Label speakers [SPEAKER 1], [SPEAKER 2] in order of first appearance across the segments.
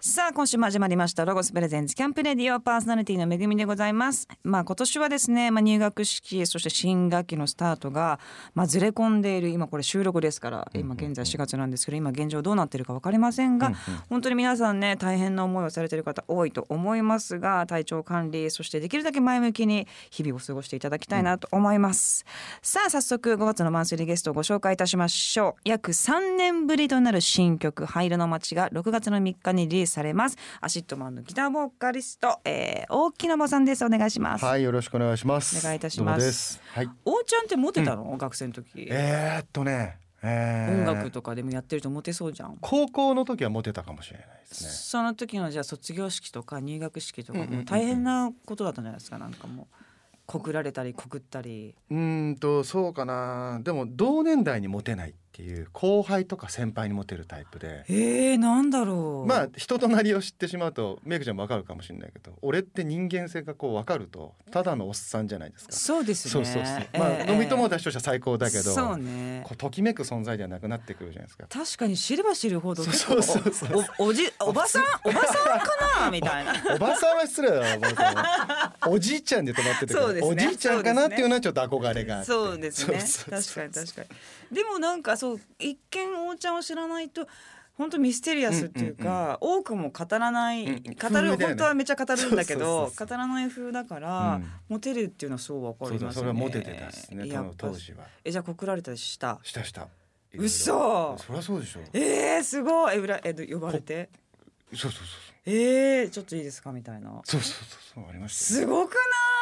[SPEAKER 1] さあ今週も始まりましたロゴスプレゼンツキャンプレディオパーソナリティのめぐみでございますまあ今年はですねまあ入学式そして新学期のスタートがまあずれ込んでいる今これ収録ですから今現在4月なんですけど今現状どうなってるかわかりませんが本当に皆さんね大変な思いをされている方多いと思いますが体調管理そしてできるだけ前向きに日々を過ごしていただきたいなと思います、さあ早速5月のマンスリーゲストをご紹介いたしましょう約3年ぶりとなる新曲「灰色の街」が6月の3日にリリースされますアシットマンのギターボーカリスト、えー、大木のぼさんですお願いします、
[SPEAKER 2] はい、よろしくお願いします。
[SPEAKER 1] お願いいたします
[SPEAKER 2] どうもです。はい。
[SPEAKER 1] おちゃんってモテたの、学生の時、
[SPEAKER 2] えー、っとね、えー
[SPEAKER 1] 音楽とかでもやってるとモテそうじゃん
[SPEAKER 2] 高校の時はモテたかもしれないですね。
[SPEAKER 1] その時のじゃあ卒業式とか入学式とかも大変なことだったんじゃないですかなんかもう告られたり告ったり
[SPEAKER 2] うーんとそうかな。でも同年代にモテないっていう後輩とか先輩にモテるタイプで。
[SPEAKER 1] えー、なんだろう
[SPEAKER 2] まあ人となりを知ってしまうとメイクちゃんもわかるかもしれないけど俺って人間性がこうわかるとただのおっさんじゃないですか
[SPEAKER 1] そうですね
[SPEAKER 2] そうそうそう、まあ飲み友達としては最高だけど
[SPEAKER 1] そうね
[SPEAKER 2] こうときめく存在ではなくなってくるじゃないですか
[SPEAKER 1] 確かに知れば知るほど結
[SPEAKER 2] そ
[SPEAKER 1] 構
[SPEAKER 2] うそうそう
[SPEAKER 1] お おじおばさんおばさんかなみたいな
[SPEAKER 2] おばさんは失礼だなおばさんはおじいちゃんで止まってて、
[SPEAKER 1] そうです
[SPEAKER 2] お
[SPEAKER 1] ね
[SPEAKER 2] じいちゃんかなっていうのはちょっと憧れがあって
[SPEAKER 1] そうですね
[SPEAKER 2] そうそうそう
[SPEAKER 1] 確かに確かにでもなんかそう一見おうちゃんを知らないと本当ミステリアスっていうか、多くも語らない、
[SPEAKER 2] うん
[SPEAKER 1] 語
[SPEAKER 2] 風味だ
[SPEAKER 1] る、
[SPEAKER 2] よね
[SPEAKER 1] 本当はめちゃ語るんだけ
[SPEAKER 2] そうそう
[SPEAKER 1] ど
[SPEAKER 2] そうそう
[SPEAKER 1] 語らない風だから、
[SPEAKER 2] うん
[SPEAKER 1] モテるっていうのはそうわか
[SPEAKER 2] そう
[SPEAKER 1] り
[SPEAKER 2] そ
[SPEAKER 1] ま
[SPEAKER 2] う
[SPEAKER 1] す
[SPEAKER 2] そ
[SPEAKER 1] ね
[SPEAKER 2] れはモテてたですね
[SPEAKER 1] やっぱ
[SPEAKER 2] 当時は
[SPEAKER 1] えじゃあ告られたりした
[SPEAKER 2] したした
[SPEAKER 1] 嘘
[SPEAKER 2] そりゃそうでしょう
[SPEAKER 1] えー、すごいえ裏えど呼ばれて
[SPEAKER 2] そうそう
[SPEAKER 1] えー、ちょっといいですかみたいな
[SPEAKER 2] そうそうそうそうそうありました
[SPEAKER 1] すごく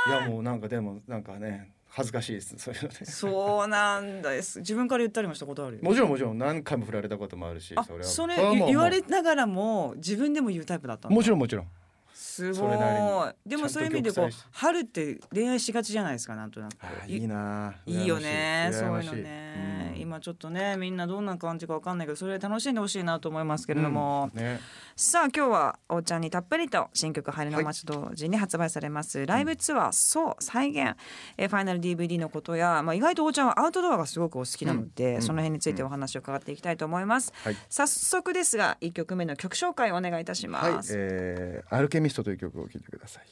[SPEAKER 1] ない
[SPEAKER 2] いやもうなんかでもなんかね恥ずかしいですそういうので
[SPEAKER 1] そうなんです。自分から言ったりもしたことあるよ。
[SPEAKER 2] もちろんもちろん何回も振られたこともあるし
[SPEAKER 1] あ、
[SPEAKER 2] れは
[SPEAKER 1] それ
[SPEAKER 2] はもう
[SPEAKER 1] 言言われ
[SPEAKER 2] も
[SPEAKER 1] ながらも自分でも言うタイプだった
[SPEAKER 2] う
[SPEAKER 1] の。
[SPEAKER 2] もちろんもちろん
[SPEAKER 1] す
[SPEAKER 2] そ
[SPEAKER 1] ごい
[SPEAKER 2] れな。
[SPEAKER 1] でも
[SPEAKER 2] ち
[SPEAKER 1] そ
[SPEAKER 2] ゃんと
[SPEAKER 1] ういう意味でこう
[SPEAKER 2] 玉砕して
[SPEAKER 1] 春って恋愛しがちじゃないですかなんとなく
[SPEAKER 2] あ。ーいいなー
[SPEAKER 1] いいよね
[SPEAKER 2] 羨
[SPEAKER 1] そう
[SPEAKER 2] ま
[SPEAKER 1] い
[SPEAKER 2] し
[SPEAKER 1] うのね、
[SPEAKER 2] うん
[SPEAKER 1] 今ちょっとねみんなどんな感じかわかんないけどそれ楽しんでほしいなと思いますけれども、
[SPEAKER 2] うんね
[SPEAKER 1] さあ今日はおうちゃんにたっぷりと新曲「春の街」と同時に発売されますライブツアー「そう再現」えーファイナル DVD のことや、まあ、意外とおうちゃんはアウトドアがすごくお好きなので、
[SPEAKER 2] うん
[SPEAKER 1] その辺についてお話を伺っていきたいと思います、
[SPEAKER 2] はい
[SPEAKER 1] 早速ですが1曲目の曲紹介をお願いいたし
[SPEAKER 2] はい
[SPEAKER 1] ます、
[SPEAKER 2] えーアルケミストという曲を聴いてください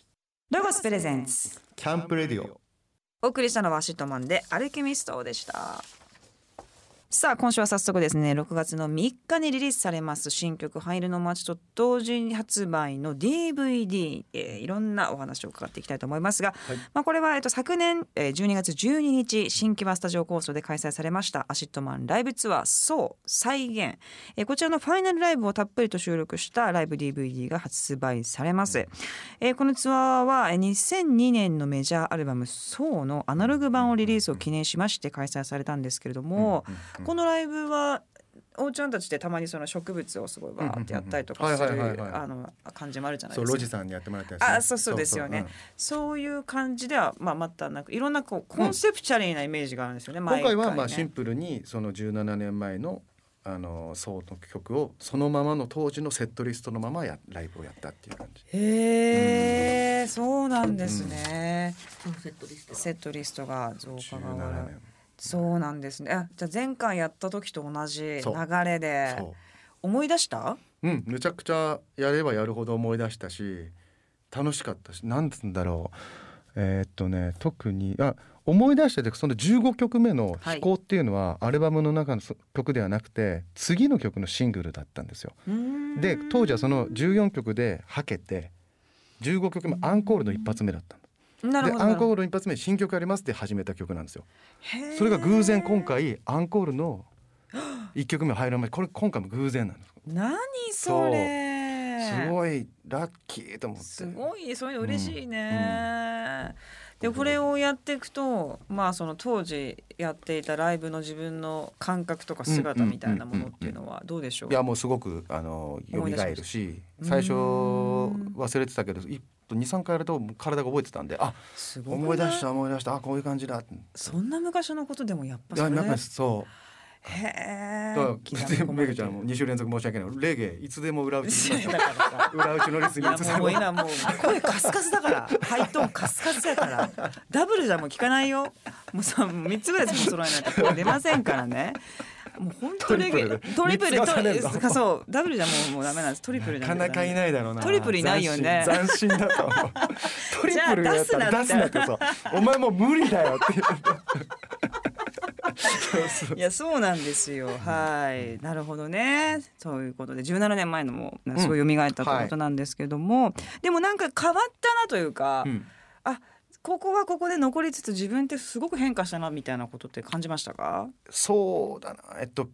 [SPEAKER 1] ロゴスプレゼンツ
[SPEAKER 2] キャンプレディオ
[SPEAKER 1] お送りしたのはシットマンでアルケミストでしたさあ今週は早速ですね6月の3日にリリースされます新曲「ハイルの街」と同時に発売の DVD、えーいろんなお話を伺っていきたいと思いますが、
[SPEAKER 2] い
[SPEAKER 1] まあ、これは、えっと、昨年、えー12月12日新木場スタジオ構想で開催されましたアシットマンライブツアー「そう再現、えーこちらのファイナルライブをたっぷりと収録したライブ DVD が発売されます、えーこのツアーはえー2002年のメジャーアルバム「そうのアナログ版をリリースを記念しまして開催されたんですけれども、このライブはおうちゃんたちってたまにその植物をすごいバーってやったりとかす
[SPEAKER 2] うんうんうんはいはい
[SPEAKER 1] る
[SPEAKER 2] はいはい
[SPEAKER 1] あの感じもあるじゃない
[SPEAKER 2] そ
[SPEAKER 1] で
[SPEAKER 2] う
[SPEAKER 1] す
[SPEAKER 2] ロ
[SPEAKER 1] か
[SPEAKER 2] ジ。さんにやってもらったやつね、
[SPEAKER 1] あそうそうですよねそういう感じでは、まあ、またなんかいろんなこうコンセプチャリーなイメージがあるんですよね、
[SPEAKER 2] うん
[SPEAKER 1] 毎
[SPEAKER 2] 今回はまあ
[SPEAKER 1] ね
[SPEAKER 2] シンプルにその17年前のあのソーの曲をそのままの当時のセットリストのままやライブをやったっていう感じ。
[SPEAKER 1] へえ、そうなんですね、セットリストが増加が終わ
[SPEAKER 2] 17
[SPEAKER 1] る
[SPEAKER 2] 年。
[SPEAKER 1] そうなんですねあじゃあ前回やった時と同じ流
[SPEAKER 2] そう
[SPEAKER 1] れで
[SPEAKER 2] そ
[SPEAKER 1] 思い出した
[SPEAKER 2] う。うん、めちゃくちゃやればやるほど思い出したし、楽しかったし、なんつうんだろう。えーっとね、特にあ思い出しててその15曲目の
[SPEAKER 1] はい
[SPEAKER 2] 飛行っていうのはアルバムの中のそ曲ではなくて次の曲のシングルだったんですよ。
[SPEAKER 1] うーん
[SPEAKER 2] で当時はその14曲ではけて15曲目アンコールの一発目だったの
[SPEAKER 1] なる
[SPEAKER 2] で
[SPEAKER 1] ほど
[SPEAKER 2] ア
[SPEAKER 1] な
[SPEAKER 2] ン
[SPEAKER 1] るほ
[SPEAKER 2] コ
[SPEAKER 1] ど
[SPEAKER 2] ールの一発目新曲ありますって始めた曲なんですよ
[SPEAKER 1] へー
[SPEAKER 2] それが偶然今回アンコールの1曲目入る前これ今回も偶然なんです
[SPEAKER 1] 何それ
[SPEAKER 2] すごいラッキーと思って
[SPEAKER 1] すごいそういうの嬉しいね、でこれをやっていくとまあその当時やっていたライブの自分の感覚とか姿みたいなものっていうのはどうでしょう
[SPEAKER 2] いやもうすごくあの蘇
[SPEAKER 1] 思い出しました
[SPEAKER 2] るし
[SPEAKER 1] うーん
[SPEAKER 2] 最初忘れてたけど23回やるともう体が覚えてたんであ
[SPEAKER 1] すごくない
[SPEAKER 2] 思い出した思い出したあこういう感じだって
[SPEAKER 1] そんな昔のことでもやっぱ
[SPEAKER 2] いや
[SPEAKER 1] それ
[SPEAKER 2] なん
[SPEAKER 1] ね
[SPEAKER 2] かそう
[SPEAKER 1] へえ
[SPEAKER 2] だから
[SPEAKER 1] 刻み込ま
[SPEAKER 2] め
[SPEAKER 1] れ
[SPEAKER 2] ぐ
[SPEAKER 1] て
[SPEAKER 2] ちゃん
[SPEAKER 1] る
[SPEAKER 2] も2週連続申し訳ないレゲエいつでも裏打ち
[SPEAKER 1] いやだからさ
[SPEAKER 2] 裏打ちのリス
[SPEAKER 1] い
[SPEAKER 2] にいつで
[SPEAKER 1] やも
[SPEAKER 2] も
[SPEAKER 1] う今もう声カスカスだからハイトーンカスカスだからダブルじゃもう聞かないよもうさ3つぐらい全部揃えないと声出ませんからねもう本当レベルト
[SPEAKER 2] ト
[SPEAKER 1] リ
[SPEAKER 2] リ
[SPEAKER 1] プ
[SPEAKER 2] プ
[SPEAKER 1] ル
[SPEAKER 2] ル
[SPEAKER 1] ト
[SPEAKER 2] 三つ重ねんの
[SPEAKER 1] リそうダブルじゃもうもうダメなんですトリプル
[SPEAKER 2] な
[SPEAKER 1] じゃ
[SPEAKER 2] かなかい
[SPEAKER 1] い
[SPEAKER 2] ないだろうな
[SPEAKER 1] トリプルいないよね
[SPEAKER 2] 斬新斬新だと思うトリプルやったら出
[SPEAKER 1] じ
[SPEAKER 2] す
[SPEAKER 1] ゃ
[SPEAKER 2] な
[SPEAKER 1] あ
[SPEAKER 2] ってさお前もう無理だよって
[SPEAKER 1] いやそうなんですよはいなるほどねそういうことで17年前のも
[SPEAKER 2] ん
[SPEAKER 1] そう蘇ったということなんですけども、でもなんか変わったなというか、
[SPEAKER 2] うん
[SPEAKER 1] あここはここで残りつつ自分ってすごく変化したなみたいなことって感じましたか
[SPEAKER 2] そうだなえっと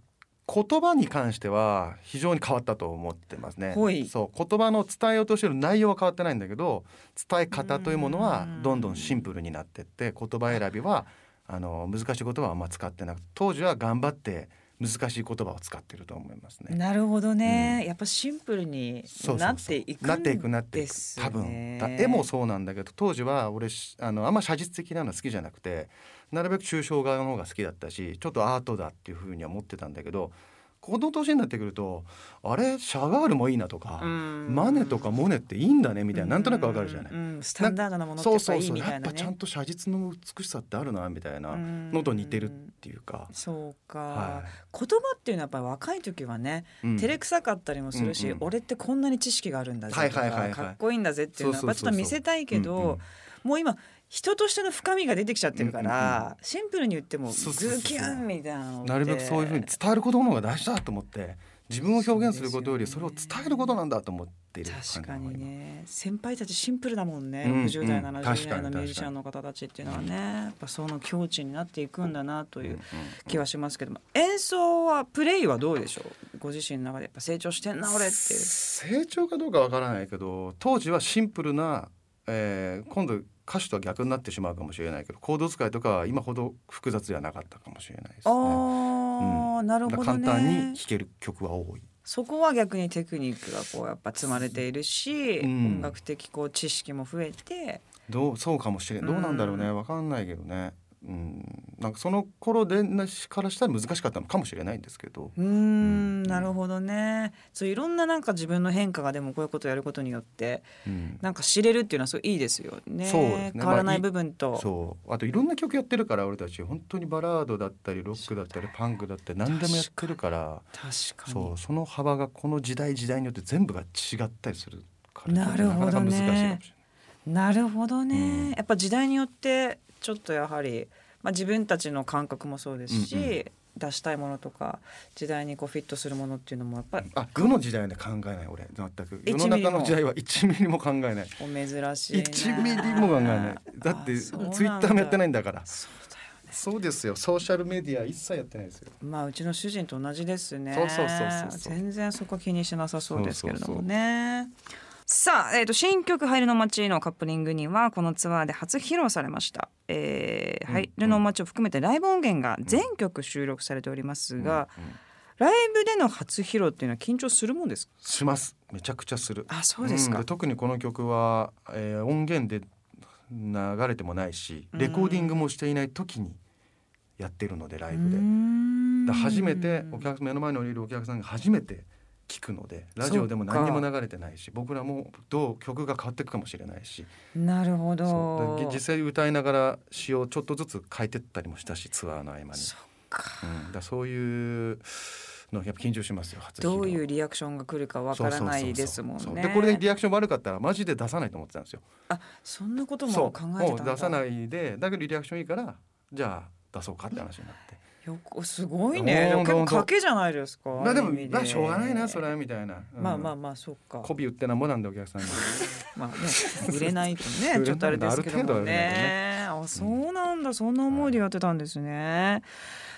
[SPEAKER 2] 言葉に関しては非常に変わったと思ってますね。
[SPEAKER 1] ほい
[SPEAKER 2] そう言葉の伝えようとしてる内容は変わってないんだけど伝え方というものは
[SPEAKER 1] うん
[SPEAKER 2] どんどんシンプルになってって言葉選びはあの難しい言葉はあんま使ってなく当時は頑張って難しい言葉を使ってると思いますね。
[SPEAKER 1] なるほどね、やっぱシンプルに
[SPEAKER 2] そうそうそう
[SPEAKER 1] なっていく
[SPEAKER 2] なっていく
[SPEAKER 1] ん
[SPEAKER 2] なってい
[SPEAKER 1] で
[SPEAKER 2] く
[SPEAKER 1] すね
[SPEAKER 2] 多分だ絵もそうなんだけど当時は俺しあのあんま写実的なの好きじゃなくてなるべく抽象画の方が好きだったしちょっとアートだっていうふうには思ってたんだけどこの年になってくるとあれシャガールもいいなとか、
[SPEAKER 1] うん
[SPEAKER 2] マネとかモネっていいんだねみたいななんとなくわかるじゃない。
[SPEAKER 1] うんうんうんスタンダードなものって
[SPEAKER 2] そ
[SPEAKER 1] や
[SPEAKER 2] う
[SPEAKER 1] っぱ
[SPEAKER 2] そう
[SPEAKER 1] いい
[SPEAKER 2] そう
[SPEAKER 1] みた
[SPEAKER 2] や
[SPEAKER 1] い
[SPEAKER 2] っ
[SPEAKER 1] な
[SPEAKER 2] ぱ
[SPEAKER 1] ね
[SPEAKER 2] ちゃんと写実の美しさってあるなみたいな
[SPEAKER 1] の
[SPEAKER 2] のと似てるっていうか。
[SPEAKER 1] そうか、
[SPEAKER 2] は
[SPEAKER 1] 言葉っていうのはやっぱり若い時はね、
[SPEAKER 2] いうん
[SPEAKER 1] 照れくさかったりもするし、
[SPEAKER 2] うんうん
[SPEAKER 1] 俺ってこんなに知識があるんだぜ
[SPEAKER 2] はい
[SPEAKER 1] とか、
[SPEAKER 2] はいはいはい
[SPEAKER 1] かっこいいんだぜっていうのは
[SPEAKER 2] そう
[SPEAKER 1] や
[SPEAKER 2] そ
[SPEAKER 1] っぱ
[SPEAKER 2] うそう
[SPEAKER 1] ちょっ
[SPEAKER 2] そう
[SPEAKER 1] と見せたいけど、
[SPEAKER 2] うんうん
[SPEAKER 1] もう今人としての深みが出てきちゃってるから、
[SPEAKER 2] うんうん
[SPEAKER 1] シンプルに言ってもグ
[SPEAKER 2] そうそうそう
[SPEAKER 1] ーキュンみたいなのって
[SPEAKER 2] なるべくそういうふうに伝えることの方が大事だと思って自分を表現することより
[SPEAKER 1] そ
[SPEAKER 2] そうれを
[SPEAKER 1] で
[SPEAKER 2] 伝
[SPEAKER 1] すよね
[SPEAKER 2] えることなんだと思っている
[SPEAKER 1] 確か
[SPEAKER 2] 感じ
[SPEAKER 1] に
[SPEAKER 2] が今
[SPEAKER 1] ね先輩たちシンプルだもんね、
[SPEAKER 2] うんうん
[SPEAKER 1] 60代
[SPEAKER 2] 確かに
[SPEAKER 1] 70代のミュージシャンの方たちっていうのはねやっぱその境地になっていくんだなという気はしますけども演奏はプレイはどうでしょうご自身の中でやっぱ成長してんな俺っていう。
[SPEAKER 2] 成長かどうかわからないけど当時はシンプルな、えー今度歌手とは逆になってしまうかもしれないけどコード使いとかは今ほど複雑ではなかったかもしれないです
[SPEAKER 1] あ
[SPEAKER 2] ね。
[SPEAKER 1] ーなる
[SPEAKER 2] だ
[SPEAKER 1] ほ
[SPEAKER 2] から
[SPEAKER 1] ど
[SPEAKER 2] 簡
[SPEAKER 1] ね
[SPEAKER 2] 単に弾ける曲は多い。
[SPEAKER 1] そこは逆にテクニックがこうやっぱ積まれているし、
[SPEAKER 2] うん
[SPEAKER 1] 音楽的こう知識も増えて
[SPEAKER 2] どうそうかもしれんどうなんだろうね
[SPEAKER 1] うん
[SPEAKER 2] わかんないけどね。うん、なんかその頃でなしからしたら難しかったのかもしれないんですけど。
[SPEAKER 1] うーん
[SPEAKER 2] ん
[SPEAKER 1] なるほどねそういろんななんか自分の変化がでもこういうことをやることによって
[SPEAKER 2] うん
[SPEAKER 1] なんか知れるっていうのはそういいですよね
[SPEAKER 2] そうですね
[SPEAKER 1] 変わらな
[SPEAKER 2] まあ
[SPEAKER 1] い
[SPEAKER 2] い
[SPEAKER 1] 部分と、
[SPEAKER 2] そうあといろんな曲やってるから俺たち本当にバラードだったりロックだったりパンクだったり何でもやってるから
[SPEAKER 1] 確かに
[SPEAKER 2] そうその幅がこの時代時代によって全部が違ったりするから
[SPEAKER 1] なるほどね
[SPEAKER 2] なかなか難しいかもしれ
[SPEAKER 1] なるほどね、
[SPEAKER 2] うん
[SPEAKER 1] やっぱ時代によってちょっとやはり、まあ、自分たちの感覚もそうですし、
[SPEAKER 2] うんう
[SPEAKER 1] 出したいものとか時代にこうフィットするものっていうのもやっぱり
[SPEAKER 2] ないあ世の時代で考えない俺全く世
[SPEAKER 1] 1ミ
[SPEAKER 2] の
[SPEAKER 1] リも
[SPEAKER 2] 中の時代は1ミリも考えない
[SPEAKER 1] お珍しいね
[SPEAKER 2] 1ミリも考えないだって
[SPEAKER 1] あ
[SPEAKER 2] ツ
[SPEAKER 1] そうなん
[SPEAKER 2] イッターもやってないんだから
[SPEAKER 1] そうだよね
[SPEAKER 2] そうですよソーシャルメディア一切やってないですよ
[SPEAKER 1] まあうちの主人と同じですね
[SPEAKER 2] そうそうそうそうそう
[SPEAKER 1] 全然そこは気にしなさそうですけれどもねさあ、えー、と新曲「ハイルの街」のカップリングにはこのツアーで初披露されました「えー
[SPEAKER 2] うん
[SPEAKER 1] ハイルの街」を含めてライブ音源が全曲収録されておりますが、
[SPEAKER 2] うんうん
[SPEAKER 1] ライブでの初披露っていうのは緊張するもんですか
[SPEAKER 2] しますめちゃくちゃする
[SPEAKER 1] あそうですか、
[SPEAKER 2] ん特にこの曲は、えー音源で流れてもないしレコーディングもしていない時にやってるのでライブで。だから初めてお客目の前に降りるお客さんが初めて聞くのでラジオでも何にも流れてないし僕らもどう曲が変わっていくかもしれないし
[SPEAKER 1] なるほ
[SPEAKER 2] そう
[SPEAKER 1] ど
[SPEAKER 2] だから実際歌いながら詞をちょっとずつ変えてったりもしたしツアーの合間に、
[SPEAKER 1] そっか
[SPEAKER 2] うん、だからそういうのやっぱ緊張しますよ初披露
[SPEAKER 1] どういうリアクションが来るかわからないですもん
[SPEAKER 2] そうそうそう
[SPEAKER 1] ね。
[SPEAKER 2] そうでこれでリアクション悪かったらマジで出さないと思ってたんですよ。
[SPEAKER 1] あそんなこと
[SPEAKER 2] そ
[SPEAKER 1] も
[SPEAKER 2] う
[SPEAKER 1] 考えて
[SPEAKER 2] も
[SPEAKER 1] たん
[SPEAKER 2] う
[SPEAKER 1] だ。
[SPEAKER 2] 出さないでだけどリアクションいいからじゃあ出そうかって話になって。
[SPEAKER 1] よこすごいね。
[SPEAKER 2] ほん
[SPEAKER 1] 結
[SPEAKER 2] と
[SPEAKER 1] 構
[SPEAKER 2] ほんと
[SPEAKER 1] 賭けじゃないですか。
[SPEAKER 2] まあでも
[SPEAKER 1] る意味
[SPEAKER 2] まあしょうがないなそれはみたいな。うん
[SPEAKER 1] まあまあまあそうか。
[SPEAKER 2] 媚び売ってなんぼなんでお客さんに。
[SPEAKER 1] まあね売れないと
[SPEAKER 2] 売れな
[SPEAKER 1] ね
[SPEAKER 2] いと
[SPEAKER 1] ちょっとあれですけど
[SPEAKER 2] ある程
[SPEAKER 1] も
[SPEAKER 2] 度は売れないと
[SPEAKER 1] ね。あそうなんだそんな思いでやってたんですね。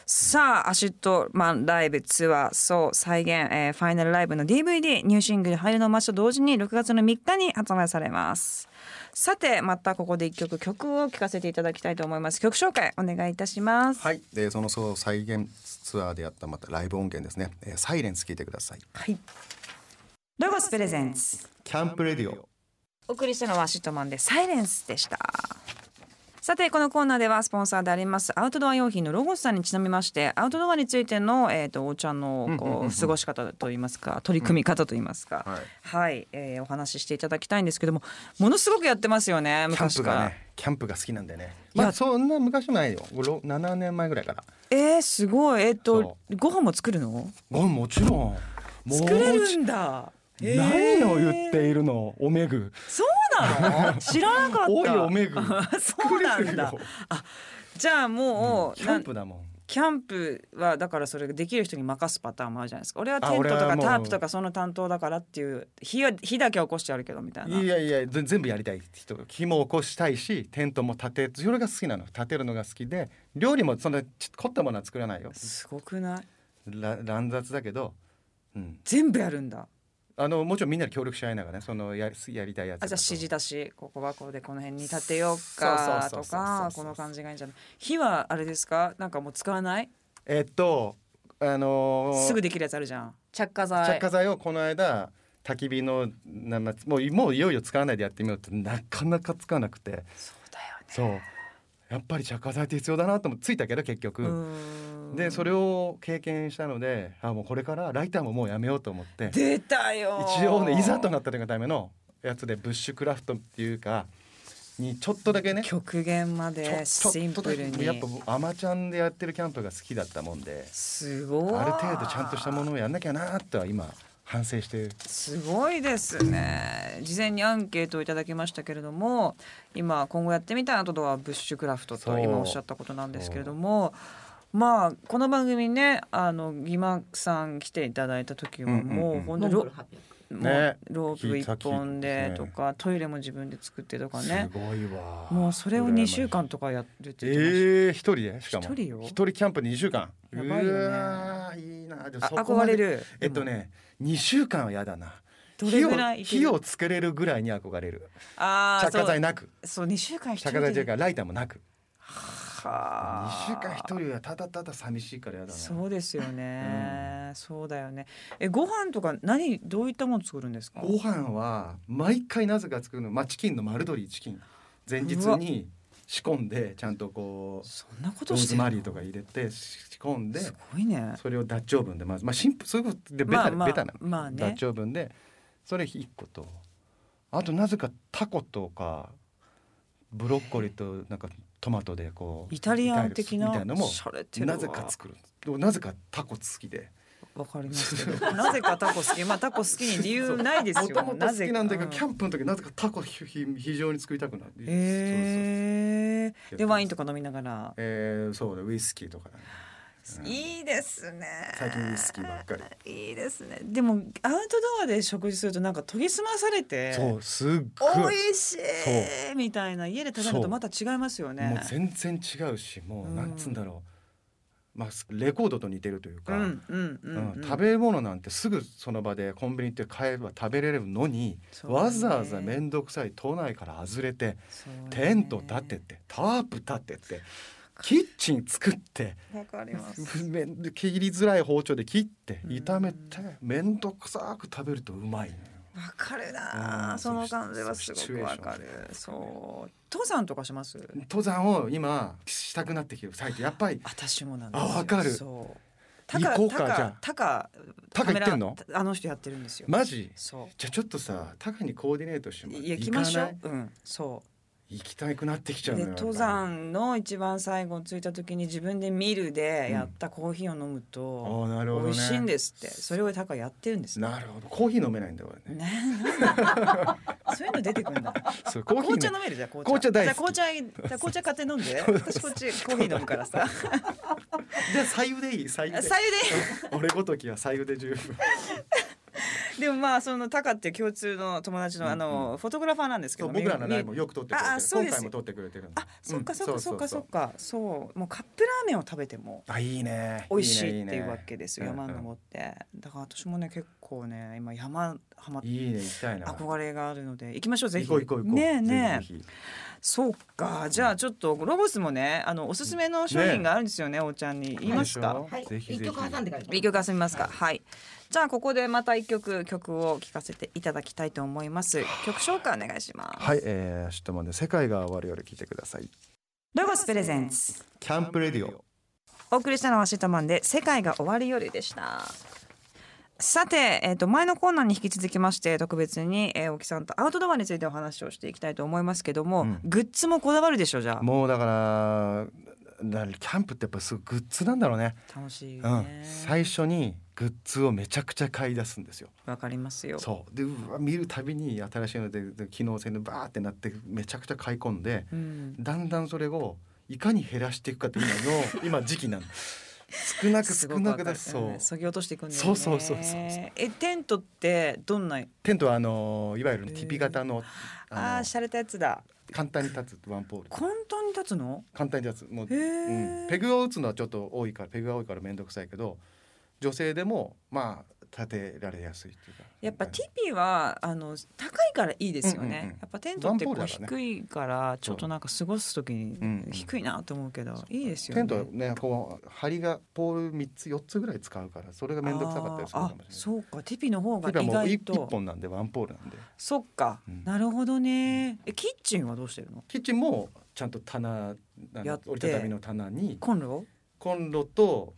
[SPEAKER 1] さあアシッドマンライブツアーそう再現、えーファイナルライブの DVD ニューシングル「入るの街」と同時に6月の3日に発売されますさてまたここで一曲曲を聴かせていただきたいと思います曲紹介お願いいたします
[SPEAKER 3] はい、でそのそう再現ツアーでやったまたライブ音源ですね、えーサイレンス聞いてください
[SPEAKER 1] はい、ロゴスプレゼンツ
[SPEAKER 3] キャンプレディオ
[SPEAKER 1] お送りしたのはシットマンでサイレンスでしたさてこのコーナーではスポンサーでありますアウトドア用品のロゴスさんにちなみましてアウトドアについての、えー、とお茶の
[SPEAKER 4] うんうんうん
[SPEAKER 1] こ
[SPEAKER 4] うん
[SPEAKER 1] う過ごし方といいますか取り組み方といいますか、
[SPEAKER 4] はい
[SPEAKER 1] はい、えーお話ししていただきたいんですけどもものすごくやってますよね
[SPEAKER 2] キャン
[SPEAKER 1] 昔
[SPEAKER 2] プ
[SPEAKER 1] か
[SPEAKER 2] が
[SPEAKER 1] ら。
[SPEAKER 2] ねキャンプが好きなんでね
[SPEAKER 1] いや
[SPEAKER 2] まあそんな昔もないよろ7年前ぐらいから
[SPEAKER 1] えー、すごいえっ、と
[SPEAKER 2] そ
[SPEAKER 1] ご飯も作るの
[SPEAKER 2] あもちろんもう
[SPEAKER 1] 作れるんだ
[SPEAKER 2] 何を言っ
[SPEAKER 1] えー
[SPEAKER 2] ているのおめぐ
[SPEAKER 1] そうなの知らな かった
[SPEAKER 2] おいおめぐ
[SPEAKER 1] そうなんだ
[SPEAKER 2] 作れるよ
[SPEAKER 1] じゃあもう、
[SPEAKER 2] キ
[SPEAKER 1] な
[SPEAKER 2] ャ
[SPEAKER 1] ん
[SPEAKER 2] ンプだもん
[SPEAKER 1] キャンプはだからそれができる人に任すパターンもあるじゃないですか俺はテントと
[SPEAKER 2] あ俺
[SPEAKER 1] か
[SPEAKER 2] はもう
[SPEAKER 1] タープとかその担当だからっていう火は火だけ起こしてあるけどみたいない
[SPEAKER 2] やいやぜ全部やりたい人火も起こしたいしテントも立てそれが好きなの立てるのが好きで料理もそんなち凝ったものは作らないよ
[SPEAKER 1] すごくない
[SPEAKER 2] ら乱雑だけど、うん、
[SPEAKER 1] 全部やるんだ
[SPEAKER 2] あのもちろんみんなで協力し合いながらねそのややりたいやつ
[SPEAKER 1] あじゃあ指示出しここはこうでこの辺に立てようか
[SPEAKER 2] そ
[SPEAKER 1] と
[SPEAKER 2] うそうそうそうそう
[SPEAKER 1] か
[SPEAKER 2] そう
[SPEAKER 1] この感じがいいんじゃない火はあれですかなんかもう使わない
[SPEAKER 2] えっとあのー
[SPEAKER 1] すぐできるやつあるじゃん着火剤
[SPEAKER 2] 着火剤をこの間焚き火のななもうもういよいよ使わないでやってみようとなかなかつかなくて
[SPEAKER 1] そうだよね
[SPEAKER 2] そうやっぱり着火剤って必要だなともついたけど結局、
[SPEAKER 1] うーん
[SPEAKER 2] でそれを経験したのであもうこれからライターももうやめようと思って
[SPEAKER 1] 出たよ
[SPEAKER 2] 一応ねいざとなった時のためのやつでブッシュクラフトっていうかにちょっとだけねちょ
[SPEAKER 1] 極限まで
[SPEAKER 2] ちょ
[SPEAKER 1] シン
[SPEAKER 2] っ
[SPEAKER 1] プ
[SPEAKER 2] と
[SPEAKER 1] ル
[SPEAKER 2] だけ
[SPEAKER 1] に
[SPEAKER 2] やっぱ僕アマちゃんでやってるキャンプが好きだったもんです
[SPEAKER 1] ごい
[SPEAKER 2] ある程度ちゃんとしたものをやんなきゃなとは今反省して
[SPEAKER 1] すごいですね事前にアンケートをいただきましたけれども今今後やってみたいアウトドアブッシュクラフト
[SPEAKER 2] そ
[SPEAKER 1] と
[SPEAKER 2] う
[SPEAKER 1] 今おっしゃったことなんですけれどもまあこの番組ねあのギマさん来ていただいた時はも
[SPEAKER 2] うんう
[SPEAKER 1] う
[SPEAKER 2] んうん
[SPEAKER 1] 本
[SPEAKER 5] モ
[SPEAKER 1] 当
[SPEAKER 5] ン
[SPEAKER 1] にロ,、
[SPEAKER 5] ゴル800
[SPEAKER 2] ね
[SPEAKER 1] ロープ
[SPEAKER 2] 聞いた
[SPEAKER 1] 一本
[SPEAKER 2] 聞
[SPEAKER 1] で
[SPEAKER 2] いた
[SPEAKER 1] と
[SPEAKER 2] ね
[SPEAKER 1] か、トイレも自分で作ってとかね
[SPEAKER 2] すごいわ
[SPEAKER 1] もうそれを2週間とかやるって言ってました。
[SPEAKER 2] ええ一人でしかも
[SPEAKER 1] 一人よ
[SPEAKER 2] キャンプ二週間
[SPEAKER 1] やばいよね
[SPEAKER 2] うわーいいなでも
[SPEAKER 1] あ
[SPEAKER 2] そこま
[SPEAKER 1] 憧
[SPEAKER 2] で
[SPEAKER 1] れる
[SPEAKER 2] えっとね二週間はやだな
[SPEAKER 1] どれぐらいいけ
[SPEAKER 2] 火
[SPEAKER 1] る
[SPEAKER 2] を火を作れるぐらいに憧れる
[SPEAKER 1] あー
[SPEAKER 2] 着火剤なく
[SPEAKER 1] そうそう2週間一
[SPEAKER 2] 着
[SPEAKER 1] 人
[SPEAKER 2] 火剤という
[SPEAKER 1] で
[SPEAKER 2] かライターもなく二
[SPEAKER 1] は
[SPEAKER 2] 週
[SPEAKER 1] ー
[SPEAKER 2] 間一人はただただ寂しいからやだな
[SPEAKER 1] そうですよね、そうだよねえご飯とか何どういったもの作るんですか
[SPEAKER 2] ご飯は毎回なぜか作るのまあチキンの丸鶏チキン前日に仕込んでちゃんとこう
[SPEAKER 1] そんなこ
[SPEAKER 2] ロ
[SPEAKER 1] と
[SPEAKER 2] ー
[SPEAKER 1] して
[SPEAKER 2] ズ
[SPEAKER 1] んの
[SPEAKER 2] マリーとか入れて仕込んです
[SPEAKER 1] ごいね
[SPEAKER 2] それをダッチオーブンでまずまあシンプルそういうことでベタ,、
[SPEAKER 1] まあまあ
[SPEAKER 2] ベタな、
[SPEAKER 1] まあね
[SPEAKER 2] ダッチオーブンでそれ一個とあとなぜかタコとかブロッコリーとなんかトマトでこう
[SPEAKER 1] イタリアン的な
[SPEAKER 2] みたいのも
[SPEAKER 1] 洒落てるわ
[SPEAKER 2] なぜか作るでもなぜかタコ好きで
[SPEAKER 1] わかりますけどなぜかタコ好き まあタコ好きに理由ないです
[SPEAKER 2] も
[SPEAKER 1] よ
[SPEAKER 2] ともと好きなんだけどキャ
[SPEAKER 1] ンプ
[SPEAKER 2] ンプの時なぜかタコひひ非常に作りたくなる
[SPEAKER 1] え
[SPEAKER 2] そうそう
[SPEAKER 1] でワインとか飲みながら
[SPEAKER 2] えー、そうだウイスキーとかだねうん
[SPEAKER 1] いいですね
[SPEAKER 2] 最近ウイスキーばっかり
[SPEAKER 1] いいですねでもアウトドアで食事するとなんか研ぎ澄まされて
[SPEAKER 2] そうすっごい
[SPEAKER 1] 美味しいみたいな家で食べる
[SPEAKER 2] そ
[SPEAKER 1] と
[SPEAKER 2] う
[SPEAKER 1] また違いますよね
[SPEAKER 2] もう全然違うしも
[SPEAKER 1] う
[SPEAKER 2] うんなんつうんだろう、まあすレコードと似てるというか、
[SPEAKER 1] うんうんう
[SPEAKER 2] うんん
[SPEAKER 1] うん、
[SPEAKER 2] 食べ物なんてすぐその場でコンビニ行って買えば食べれるのに、
[SPEAKER 1] そうね
[SPEAKER 2] わざわざ面倒くさい都内から外れて、
[SPEAKER 1] そうね
[SPEAKER 2] テント立ててタープ立ててキッチン作って
[SPEAKER 1] わかります
[SPEAKER 2] めん切りづらい包丁で切って
[SPEAKER 1] うん
[SPEAKER 2] 炒めて面倒くさく食べるとうまいのよ
[SPEAKER 1] わかるな
[SPEAKER 2] う
[SPEAKER 1] あ
[SPEAKER 2] ん
[SPEAKER 1] その感じはす
[SPEAKER 2] シチ
[SPEAKER 1] ご
[SPEAKER 2] ュエ
[SPEAKER 1] く
[SPEAKER 2] ーシ
[SPEAKER 1] わ
[SPEAKER 2] ョ
[SPEAKER 1] か
[SPEAKER 2] ン
[SPEAKER 1] るそう登山とかします
[SPEAKER 2] 登山を今したくなってきてる最近やっぱり
[SPEAKER 1] 私もなんです
[SPEAKER 2] あわかる
[SPEAKER 1] そう
[SPEAKER 2] 行こうかじゃあ
[SPEAKER 1] タカ
[SPEAKER 2] タカ行ってんの
[SPEAKER 1] カメラあの人やってるんですよ
[SPEAKER 2] マジ
[SPEAKER 1] そ
[SPEAKER 2] じゃあちょっとさタカにコーディネートして
[SPEAKER 1] う
[SPEAKER 2] もらっ
[SPEAKER 1] い
[SPEAKER 2] て
[SPEAKER 1] や行きましょ
[SPEAKER 2] 行かないう
[SPEAKER 1] うんそう
[SPEAKER 2] 行きたくなってきちゃうの
[SPEAKER 1] で
[SPEAKER 2] よ
[SPEAKER 1] 登山の一番最後着いた時に自分でミルでやったコーヒーを飲む
[SPEAKER 2] あ
[SPEAKER 1] と、
[SPEAKER 2] ーなるほど、ね、
[SPEAKER 1] 美味しいんですってそれをタカやってるんですね
[SPEAKER 2] なるほどコーヒー飲めないんだよ俺ね
[SPEAKER 1] ねそういうの出てくるんだ
[SPEAKER 2] そうコーヒ
[SPEAKER 1] 紅
[SPEAKER 2] ー
[SPEAKER 1] 茶
[SPEAKER 2] ね
[SPEAKER 1] 飲めるじゃん紅茶
[SPEAKER 2] 紅茶大好き
[SPEAKER 1] じゃあ紅茶じゃあ紅茶買って 飲んで私こっちコーヒー飲むからさ
[SPEAKER 2] じゃあ左右でいい左右で
[SPEAKER 1] 左右
[SPEAKER 2] 俺ごときは左右で十分
[SPEAKER 1] ででもまあそのタカって共通の友達のあの、フォトグラファーなんですけ
[SPEAKER 2] そ
[SPEAKER 1] ど
[SPEAKER 2] う僕らのライ
[SPEAKER 1] み
[SPEAKER 2] ブもよく撮ってくれて
[SPEAKER 1] ああ
[SPEAKER 2] る
[SPEAKER 1] そう
[SPEAKER 2] 今
[SPEAKER 1] です
[SPEAKER 2] 回も撮ってくれてるの
[SPEAKER 1] あそっか
[SPEAKER 2] うん
[SPEAKER 1] そっかそっかそっかそうもうカップラーメンを食べても
[SPEAKER 2] あいいね
[SPEAKER 1] 美味しいっていうわけですよ、
[SPEAKER 2] いいね
[SPEAKER 1] 山登って、だから私もね結構ね今山はまっ
[SPEAKER 2] いいね行きたいな
[SPEAKER 1] 憧れがあるので行きましょうぜひ
[SPEAKER 2] 行こう行こう行こう
[SPEAKER 1] ねえねえ
[SPEAKER 2] ぜひぜひ
[SPEAKER 1] そうかじゃあちょっとロゴスもねあのおすすめの商品があるんですよねおうちゃんに言いますか
[SPEAKER 2] でしょ
[SPEAKER 5] はい
[SPEAKER 2] ぜひぜひ
[SPEAKER 5] 一曲挟んでから
[SPEAKER 1] 一曲遊びますかはいじゃあここでまた一曲曲を聴かせていただきたいと思います曲紹介お願いします
[SPEAKER 2] はい、えー、知ったもんで世界が終わるより聞いてください
[SPEAKER 1] ロゴスプレゼンツ
[SPEAKER 2] キャンプレディオ
[SPEAKER 1] お送りしたのはシートマンで世界が終わる夜でしたさて、えー、と前のコーナーに引き続きまして特別に、えー、沖さんとアウトドアについてお話をしていきたいと思いますけども、
[SPEAKER 2] うん
[SPEAKER 1] グッズもこだわるでしょじゃあ
[SPEAKER 2] もうだからだキャンプってやっぱすごいグッズなんだろうね
[SPEAKER 1] 楽しい
[SPEAKER 2] うん
[SPEAKER 1] よね、
[SPEAKER 2] 最初にグッズをめちゃくちゃ買い出すんですよ
[SPEAKER 1] わかりますよ
[SPEAKER 2] そうでうわ見るたびに新しいのでで機能性のバーってなってめちゃくちゃ買い込んで
[SPEAKER 1] うん、
[SPEAKER 2] だんだんそれをいかに減らしていくかって今 の今時期なの少なく
[SPEAKER 1] す
[SPEAKER 2] 少
[SPEAKER 1] ごく
[SPEAKER 2] な
[SPEAKER 1] わ
[SPEAKER 2] く
[SPEAKER 1] か
[SPEAKER 2] だ
[SPEAKER 1] る
[SPEAKER 2] そううん
[SPEAKER 1] 削ぎ落としていくんだよね
[SPEAKER 2] そうそうそうそうそう
[SPEAKER 1] えテントってどんな
[SPEAKER 2] テントはあのいわゆる TP 型の
[SPEAKER 1] あ
[SPEAKER 2] あ
[SPEAKER 1] あ
[SPEAKER 2] の
[SPEAKER 1] 洒落たやつだ
[SPEAKER 2] 簡単に立つワンポール
[SPEAKER 1] 簡単に立つの
[SPEAKER 2] 簡単に立つもう
[SPEAKER 1] へえ、
[SPEAKER 2] うん、ペグを打つのはちょっと多いからペグが多いから面倒くさいけど女性でもまあ立てられやすいっていうか
[SPEAKER 1] やっぱティピーはあの高いからいいですよね、
[SPEAKER 2] うんうんうん
[SPEAKER 1] やっぱテントってこ
[SPEAKER 2] ワ
[SPEAKER 1] う
[SPEAKER 2] ンポールだか
[SPEAKER 1] 低いからちょっとなんか過ごす時
[SPEAKER 2] うん
[SPEAKER 1] に
[SPEAKER 2] うん
[SPEAKER 1] 低いなと思うけど、いいですよ
[SPEAKER 2] テ
[SPEAKER 1] ね
[SPEAKER 2] ントはねこう針がポール3つ4つぐらい使うからそれが面倒くさかったりするかもしれない
[SPEAKER 1] あーあそうかティピーの方が
[SPEAKER 2] ティ
[SPEAKER 1] 意
[SPEAKER 2] ピはもう
[SPEAKER 1] 外
[SPEAKER 2] 一一
[SPEAKER 1] と
[SPEAKER 2] 本なんでワンポールなんで
[SPEAKER 1] そっか、
[SPEAKER 2] うん
[SPEAKER 1] なるほどねえキッチンはどうしてるの
[SPEAKER 2] キッチンもちゃんと棚あ
[SPEAKER 1] やっ
[SPEAKER 2] の
[SPEAKER 1] て
[SPEAKER 2] 折りたたみの棚に
[SPEAKER 1] コンロ
[SPEAKER 2] コンロと、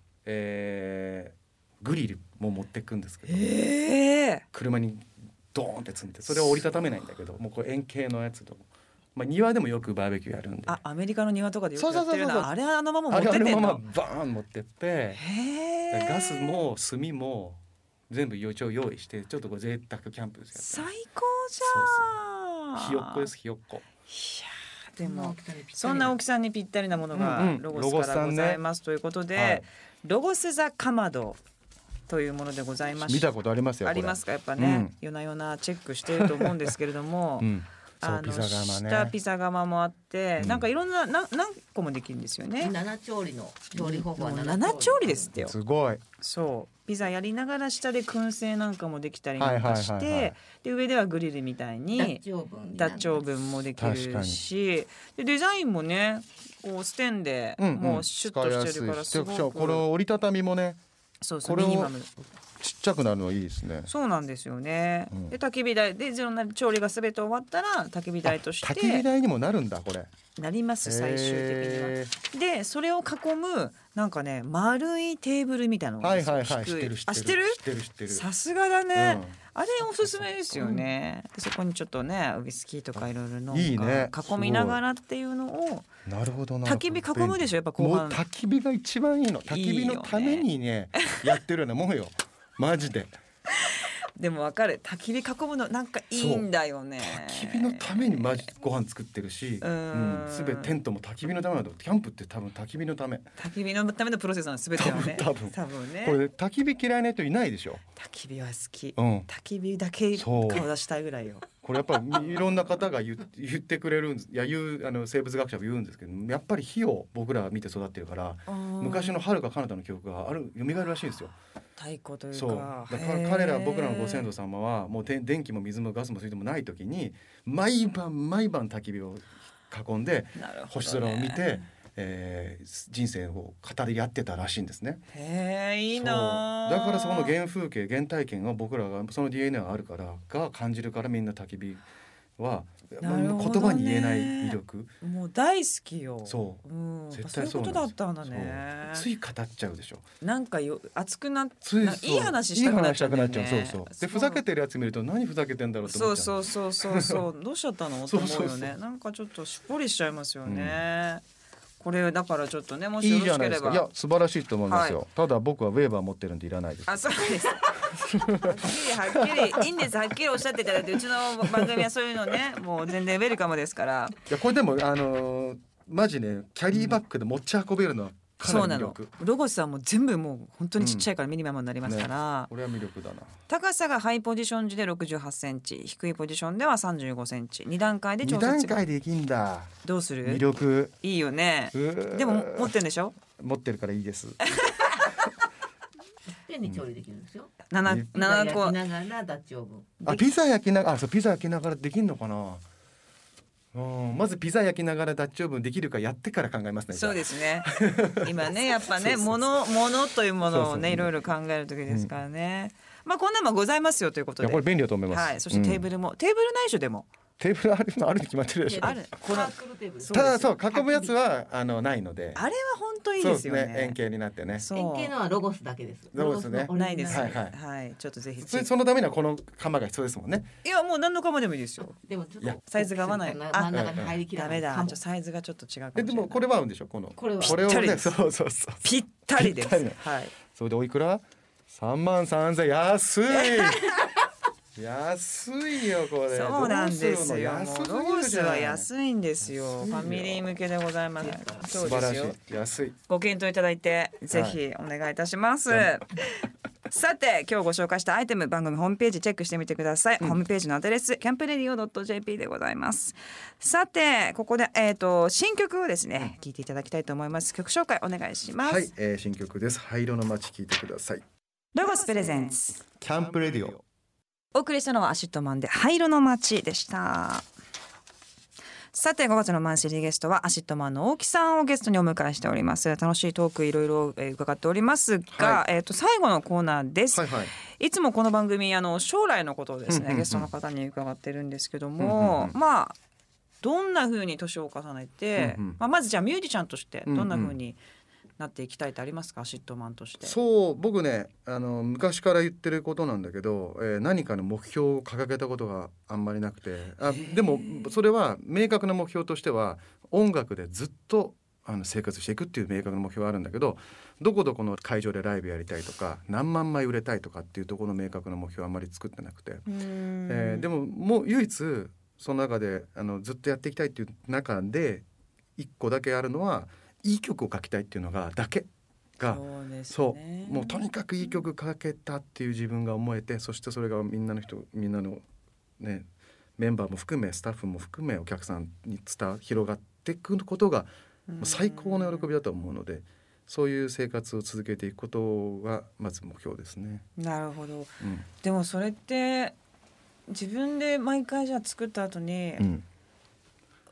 [SPEAKER 2] えーグリルも持ってくんですけど、
[SPEAKER 1] ええ
[SPEAKER 2] 車にドーンって積んでそれを折りたためないんだけどもうこう円形のやつと、まあ、庭でもよくバーベキューやるんで
[SPEAKER 1] あアメリカの庭とかでよく
[SPEAKER 2] そう
[SPEAKER 1] や
[SPEAKER 2] そう
[SPEAKER 1] ってる
[SPEAKER 2] そうそう
[SPEAKER 1] なあれあのまま持
[SPEAKER 2] あ
[SPEAKER 1] ってって
[SPEAKER 2] れあ
[SPEAKER 1] ん
[SPEAKER 2] れ
[SPEAKER 1] の
[SPEAKER 2] ままバーン持ってって
[SPEAKER 1] へえ
[SPEAKER 2] ガスも炭も全部一応用意してちょっとこう贅沢キャンプです
[SPEAKER 1] 最
[SPEAKER 2] よ
[SPEAKER 1] 高じゃん
[SPEAKER 2] ひよっこですひよっこ
[SPEAKER 1] いやーでもそんな大きさんにぴったりなもの
[SPEAKER 2] うん
[SPEAKER 1] が
[SPEAKER 2] うん
[SPEAKER 1] ロゴスからございますということで、
[SPEAKER 2] はい
[SPEAKER 1] ロゴスザカマドというものでございまし
[SPEAKER 2] 見たことありますよ
[SPEAKER 1] ありますかやっぱ
[SPEAKER 2] う
[SPEAKER 1] ね
[SPEAKER 2] ん、
[SPEAKER 1] 夜な夜なチェックしてると思うんですけれども、
[SPEAKER 2] これうんそう
[SPEAKER 1] あの
[SPEAKER 2] ピザ窯ね
[SPEAKER 1] 下ピザ窯もあって、
[SPEAKER 2] うん
[SPEAKER 1] なんかいろんなな何個もできるんですよね。
[SPEAKER 5] 七調理の調理方法は
[SPEAKER 1] もう
[SPEAKER 5] 七
[SPEAKER 1] 七調理ですってよ。
[SPEAKER 2] すごい
[SPEAKER 1] そうピザやりながら下で燻製なんかもできたりなんかして、
[SPEAKER 2] はいはいはいはい
[SPEAKER 1] で上ではグリルみたい
[SPEAKER 5] ダッ
[SPEAKER 1] に
[SPEAKER 5] チオーブンに
[SPEAKER 1] ダ
[SPEAKER 5] なる
[SPEAKER 1] ッチオーブンもできるしでデザインもねこうステンで
[SPEAKER 2] んん
[SPEAKER 1] もうシュッとしてるからす
[SPEAKER 2] 使いやい
[SPEAKER 1] ご
[SPEAKER 2] めちゃくちゃ
[SPEAKER 1] く、
[SPEAKER 2] この折りたたみもね
[SPEAKER 1] そうそう
[SPEAKER 2] これ
[SPEAKER 1] ミ
[SPEAKER 2] を
[SPEAKER 1] ニマム
[SPEAKER 2] ちっちゃくなるのいいですね
[SPEAKER 1] そうなんですよね、
[SPEAKER 2] うん
[SPEAKER 1] で焚き火台でゼロな調理がすべて終わったら焚き火台とし
[SPEAKER 2] 焚き火
[SPEAKER 1] て
[SPEAKER 2] 台にもなるんだこれ
[SPEAKER 1] なります最終的には。
[SPEAKER 2] へ
[SPEAKER 1] でそれを囲むなんかね丸いテーブルみたいなの
[SPEAKER 2] ー
[SPEAKER 1] があ
[SPEAKER 2] は
[SPEAKER 1] る
[SPEAKER 2] い
[SPEAKER 1] んですよ
[SPEAKER 2] はいはい知っ
[SPEAKER 1] 低い
[SPEAKER 2] てる知
[SPEAKER 1] あ知ってる
[SPEAKER 2] 知ってる知ってる
[SPEAKER 1] さすがだね、
[SPEAKER 2] うん
[SPEAKER 1] あれおすすめですよね、でそこにちょっとねウイスキーとかいろいろ飲んで
[SPEAKER 2] いいね
[SPEAKER 1] 囲みながらっていうのを
[SPEAKER 2] なるほどな
[SPEAKER 1] 焚き火囲むでしょやっぱ後
[SPEAKER 2] もう
[SPEAKER 1] 半
[SPEAKER 2] 焚き火が一番いいの焚き火のためにねやってるようなも んよマジで
[SPEAKER 1] でもわかる焚き火囲むのなんかいいんだよね
[SPEAKER 2] 焚き火のためにマジご飯作ってるし、
[SPEAKER 1] う
[SPEAKER 2] うんん、すべてテントも焚き火のためなんだキャンプって多分焚き火のためこ
[SPEAKER 1] 焚き火のためのプロセスなの全てはね
[SPEAKER 2] 多分
[SPEAKER 1] 多分ね
[SPEAKER 2] れ焚き火嫌いな人いないでしょ、
[SPEAKER 1] 焚き火は好き、
[SPEAKER 2] うん、
[SPEAKER 1] 焚き火だけ
[SPEAKER 2] そ
[SPEAKER 1] 顔
[SPEAKER 2] う
[SPEAKER 1] 出したいぐらいよ
[SPEAKER 2] これやっぱりいろんな方が言う言って くれるんですいや言うあの生物学者も言うんですけどやっぱり火を僕らは見て育ってるから昔
[SPEAKER 1] の
[SPEAKER 2] の遥か彼方の記憶がある蘇るらしいんですよ。
[SPEAKER 1] 太鼓という
[SPEAKER 2] そう
[SPEAKER 1] か
[SPEAKER 2] だ
[SPEAKER 1] へ
[SPEAKER 2] から
[SPEAKER 1] ー
[SPEAKER 2] 彼ら僕らのご先祖様はもうで電気も水もガスも水道もない時に毎晩毎晩焚き火を囲んで
[SPEAKER 1] なるほどね
[SPEAKER 2] 星空を見て、えー人生を語り合ってたらしいんですね。
[SPEAKER 1] へえいい
[SPEAKER 2] そ
[SPEAKER 1] な
[SPEAKER 2] うだからそこの
[SPEAKER 1] ー
[SPEAKER 2] 原風景原体験を僕らがその DNA があるからが感じるからみんな焚き火は、
[SPEAKER 1] なるほどね
[SPEAKER 2] 言葉に言えない魅力
[SPEAKER 1] もう大好きよ、
[SPEAKER 2] そう
[SPEAKER 1] うん、やっぱ
[SPEAKER 2] 絶
[SPEAKER 1] そうい
[SPEAKER 2] 対
[SPEAKER 1] うこ
[SPEAKER 2] そう
[SPEAKER 1] と
[SPEAKER 2] な
[SPEAKER 1] だ
[SPEAKER 2] ん
[SPEAKER 1] ったんだ
[SPEAKER 2] ですそう
[SPEAKER 1] ね
[SPEAKER 2] つい語っちゃうでしょ
[SPEAKER 1] なんかよ熱くなっ
[SPEAKER 2] つい
[SPEAKER 1] な
[SPEAKER 2] そう
[SPEAKER 1] いい話したくなっちゃうんだよね
[SPEAKER 2] いい話したくなっちゃうそうそうでふざけてるやつ見ると何ふざけてんだろうと
[SPEAKER 1] そ
[SPEAKER 2] 思っ
[SPEAKER 1] う
[SPEAKER 2] ちゃう
[SPEAKER 1] そうそうそう そうどうしちゃったのと
[SPEAKER 2] そう
[SPEAKER 1] 思
[SPEAKER 2] そうそう
[SPEAKER 1] うよねなんかちょっとしっぽりしちゃいますよね、これだからちょっとねもしよ
[SPEAKER 2] いいじ
[SPEAKER 1] ろ
[SPEAKER 2] ゃ
[SPEAKER 1] し
[SPEAKER 2] な
[SPEAKER 1] けれ
[SPEAKER 2] いですか
[SPEAKER 1] ば
[SPEAKER 2] いや素晴らしいと思いますよ、
[SPEAKER 1] は
[SPEAKER 2] ただ僕はウェーバー持ってるんでいらないです
[SPEAKER 1] あそうですはっきりはっきりいいんですはっきりおっしゃっていただいてうちの番組はそういうのねもう全然ウェルカムですから
[SPEAKER 2] いやこれでもあのーマジねキャリーバッグで持ち運べるのはか
[SPEAKER 1] そう
[SPEAKER 2] な
[SPEAKER 1] な
[SPEAKER 2] り魅
[SPEAKER 1] の
[SPEAKER 2] 力
[SPEAKER 1] ロゴスはもう全部もう本当にちっちゃいからミニマムになりますから、
[SPEAKER 2] これは魅力だな
[SPEAKER 1] 高さがハイポジション時で68センチ低いポジションでは35センチ二段階で
[SPEAKER 2] 二
[SPEAKER 1] 調
[SPEAKER 2] 段
[SPEAKER 1] 節が
[SPEAKER 2] 階でいきんだ
[SPEAKER 1] どうする
[SPEAKER 2] 魅力
[SPEAKER 1] いいよねで
[SPEAKER 2] で
[SPEAKER 1] も持ってんでしょ
[SPEAKER 2] 持ってるからい いです
[SPEAKER 5] でに調理できるんですよ。
[SPEAKER 1] 七七
[SPEAKER 5] 焼
[SPEAKER 1] 個
[SPEAKER 5] きながらダッチオーブン。
[SPEAKER 2] あピザ焼きながらあそうピザ焼きながらできんのかなうんまずピザ焼きながらダッチオーブンできるかやってから考えますね
[SPEAKER 1] そう
[SPEAKER 2] す
[SPEAKER 1] ですね今ねやっぱね物物というものを
[SPEAKER 2] そうそう
[SPEAKER 1] ねいろいろ考える時ですからねまあこんなのもございますよということ
[SPEAKER 2] いや
[SPEAKER 1] で
[SPEAKER 2] これ便利だと思います
[SPEAKER 1] はいそしてテーブ
[SPEAKER 2] ル、
[SPEAKER 1] ルもテーブル内緒でも
[SPEAKER 3] テーブルあるのあるに決まってるでしょ
[SPEAKER 1] ある
[SPEAKER 5] このサークルテーブル。
[SPEAKER 3] ただそう囲むやつはあのないので
[SPEAKER 1] あれは本当いいですよ
[SPEAKER 3] そうですね円
[SPEAKER 1] ね。
[SPEAKER 3] 形になってね
[SPEAKER 1] そう
[SPEAKER 5] 円形のはロゴスだけです。
[SPEAKER 3] ロゴスね
[SPEAKER 5] のオリジナル
[SPEAKER 1] ないです。
[SPEAKER 3] は
[SPEAKER 1] はいい、
[SPEAKER 3] は
[SPEAKER 1] はいい、ちょっとぜひ。
[SPEAKER 3] それそのためにはこの釜が必要ですもんね
[SPEAKER 1] いや、もう何のかもでもいいですよ。
[SPEAKER 5] でもちょっ
[SPEAKER 3] いや
[SPEAKER 5] と
[SPEAKER 1] サイズが合わない
[SPEAKER 5] 真ん中に入りきら
[SPEAKER 1] ダ
[SPEAKER 5] な
[SPEAKER 1] メ
[SPEAKER 5] い
[SPEAKER 1] だ。ち
[SPEAKER 5] か
[SPEAKER 1] ょ
[SPEAKER 5] も
[SPEAKER 1] っとサイズがちょっと違うかもし
[SPEAKER 3] え
[SPEAKER 1] れない。
[SPEAKER 3] でもこれは合うんでしょこの
[SPEAKER 5] これは
[SPEAKER 3] これを
[SPEAKER 1] ぴったり
[SPEAKER 3] ね
[SPEAKER 1] です
[SPEAKER 3] そうそうそう
[SPEAKER 1] ぴったりです。
[SPEAKER 3] ぴったりの
[SPEAKER 1] はい。
[SPEAKER 3] それでおいくら三万三千 安い安いよこれ
[SPEAKER 1] そうなんですよ。
[SPEAKER 3] どう
[SPEAKER 1] も
[SPEAKER 3] るの
[SPEAKER 1] うロ
[SPEAKER 3] 安す
[SPEAKER 1] ゴ
[SPEAKER 3] ぎる
[SPEAKER 1] ス
[SPEAKER 3] じゃん
[SPEAKER 1] は安いんですよ。
[SPEAKER 3] 安い
[SPEAKER 1] フ
[SPEAKER 3] よ
[SPEAKER 1] ァミリー向けでございます。そ
[SPEAKER 3] 素
[SPEAKER 1] うで
[SPEAKER 3] 晴ら
[SPEAKER 1] す
[SPEAKER 3] し
[SPEAKER 1] よ。
[SPEAKER 3] い安い
[SPEAKER 1] ご検討いただいて、ぜひお願いいたします。さて今日ご紹介したアイテム番組ホームページチェックしてみてください、ホームページのアドレスキャンプレディオ .jp でございますさてここでえっ、と新曲をですね聞いていただきたいと思います曲紹介お願いします、
[SPEAKER 3] はい、えー、新曲です灰色の街聞いてください
[SPEAKER 1] ロゴスプレゼンツ
[SPEAKER 3] キャンプレディオ
[SPEAKER 1] お送りしたのはアシットマンで灰色の街でしたさて5月のマンシリーゲストはアシットマンの大木さんをゲストにお迎えしております楽しいトークいろいろえー伺っておりますが、
[SPEAKER 3] は
[SPEAKER 1] えっ、と最後のコーナーです、
[SPEAKER 3] はいはい
[SPEAKER 1] いつもこの番組あの将来のことをです
[SPEAKER 3] うんうんう
[SPEAKER 1] ね
[SPEAKER 3] ん
[SPEAKER 1] ゲストの方に伺ってるんですけども、まあどんな風に年を重ねて、
[SPEAKER 3] うんうん
[SPEAKER 1] まあまずじゃあミュージシャンとして
[SPEAKER 3] うんうん
[SPEAKER 1] どんな風になっていきたいってありますか、アシットマンとして。
[SPEAKER 2] そう僕ねあの昔から言ってることなんだけど、えー何かの目標を掲げたことがあんまりなくてあでもそれは明確な目標としては音楽でずっとあの生活していくっていう明確な目標はあるんだけどどこどこの会場でライブやりたいとか何万枚売れたいとかっていうところの明確な目標はあんまり作ってなくて、えーで
[SPEAKER 1] も
[SPEAKER 2] ももう唯一その中であのずっとやっていきたいっていう中で一個だけあるのはいい曲を書きたいっていうのがだけが。
[SPEAKER 1] そうです
[SPEAKER 2] そ
[SPEAKER 1] ね
[SPEAKER 2] うもうとにかくいい曲書けたっていう自分が思えてそしてそれがみんなの人みんなのねメンバーも含めスタッフも含めお客さんに伝わ広がっていくことがもう最高の喜びだと思うのでそういう生活を続けていくことがまず目標ですね。
[SPEAKER 1] なるほど
[SPEAKER 2] うん
[SPEAKER 1] でもそれって自分で毎回じゃあ作った後に、
[SPEAKER 2] うん、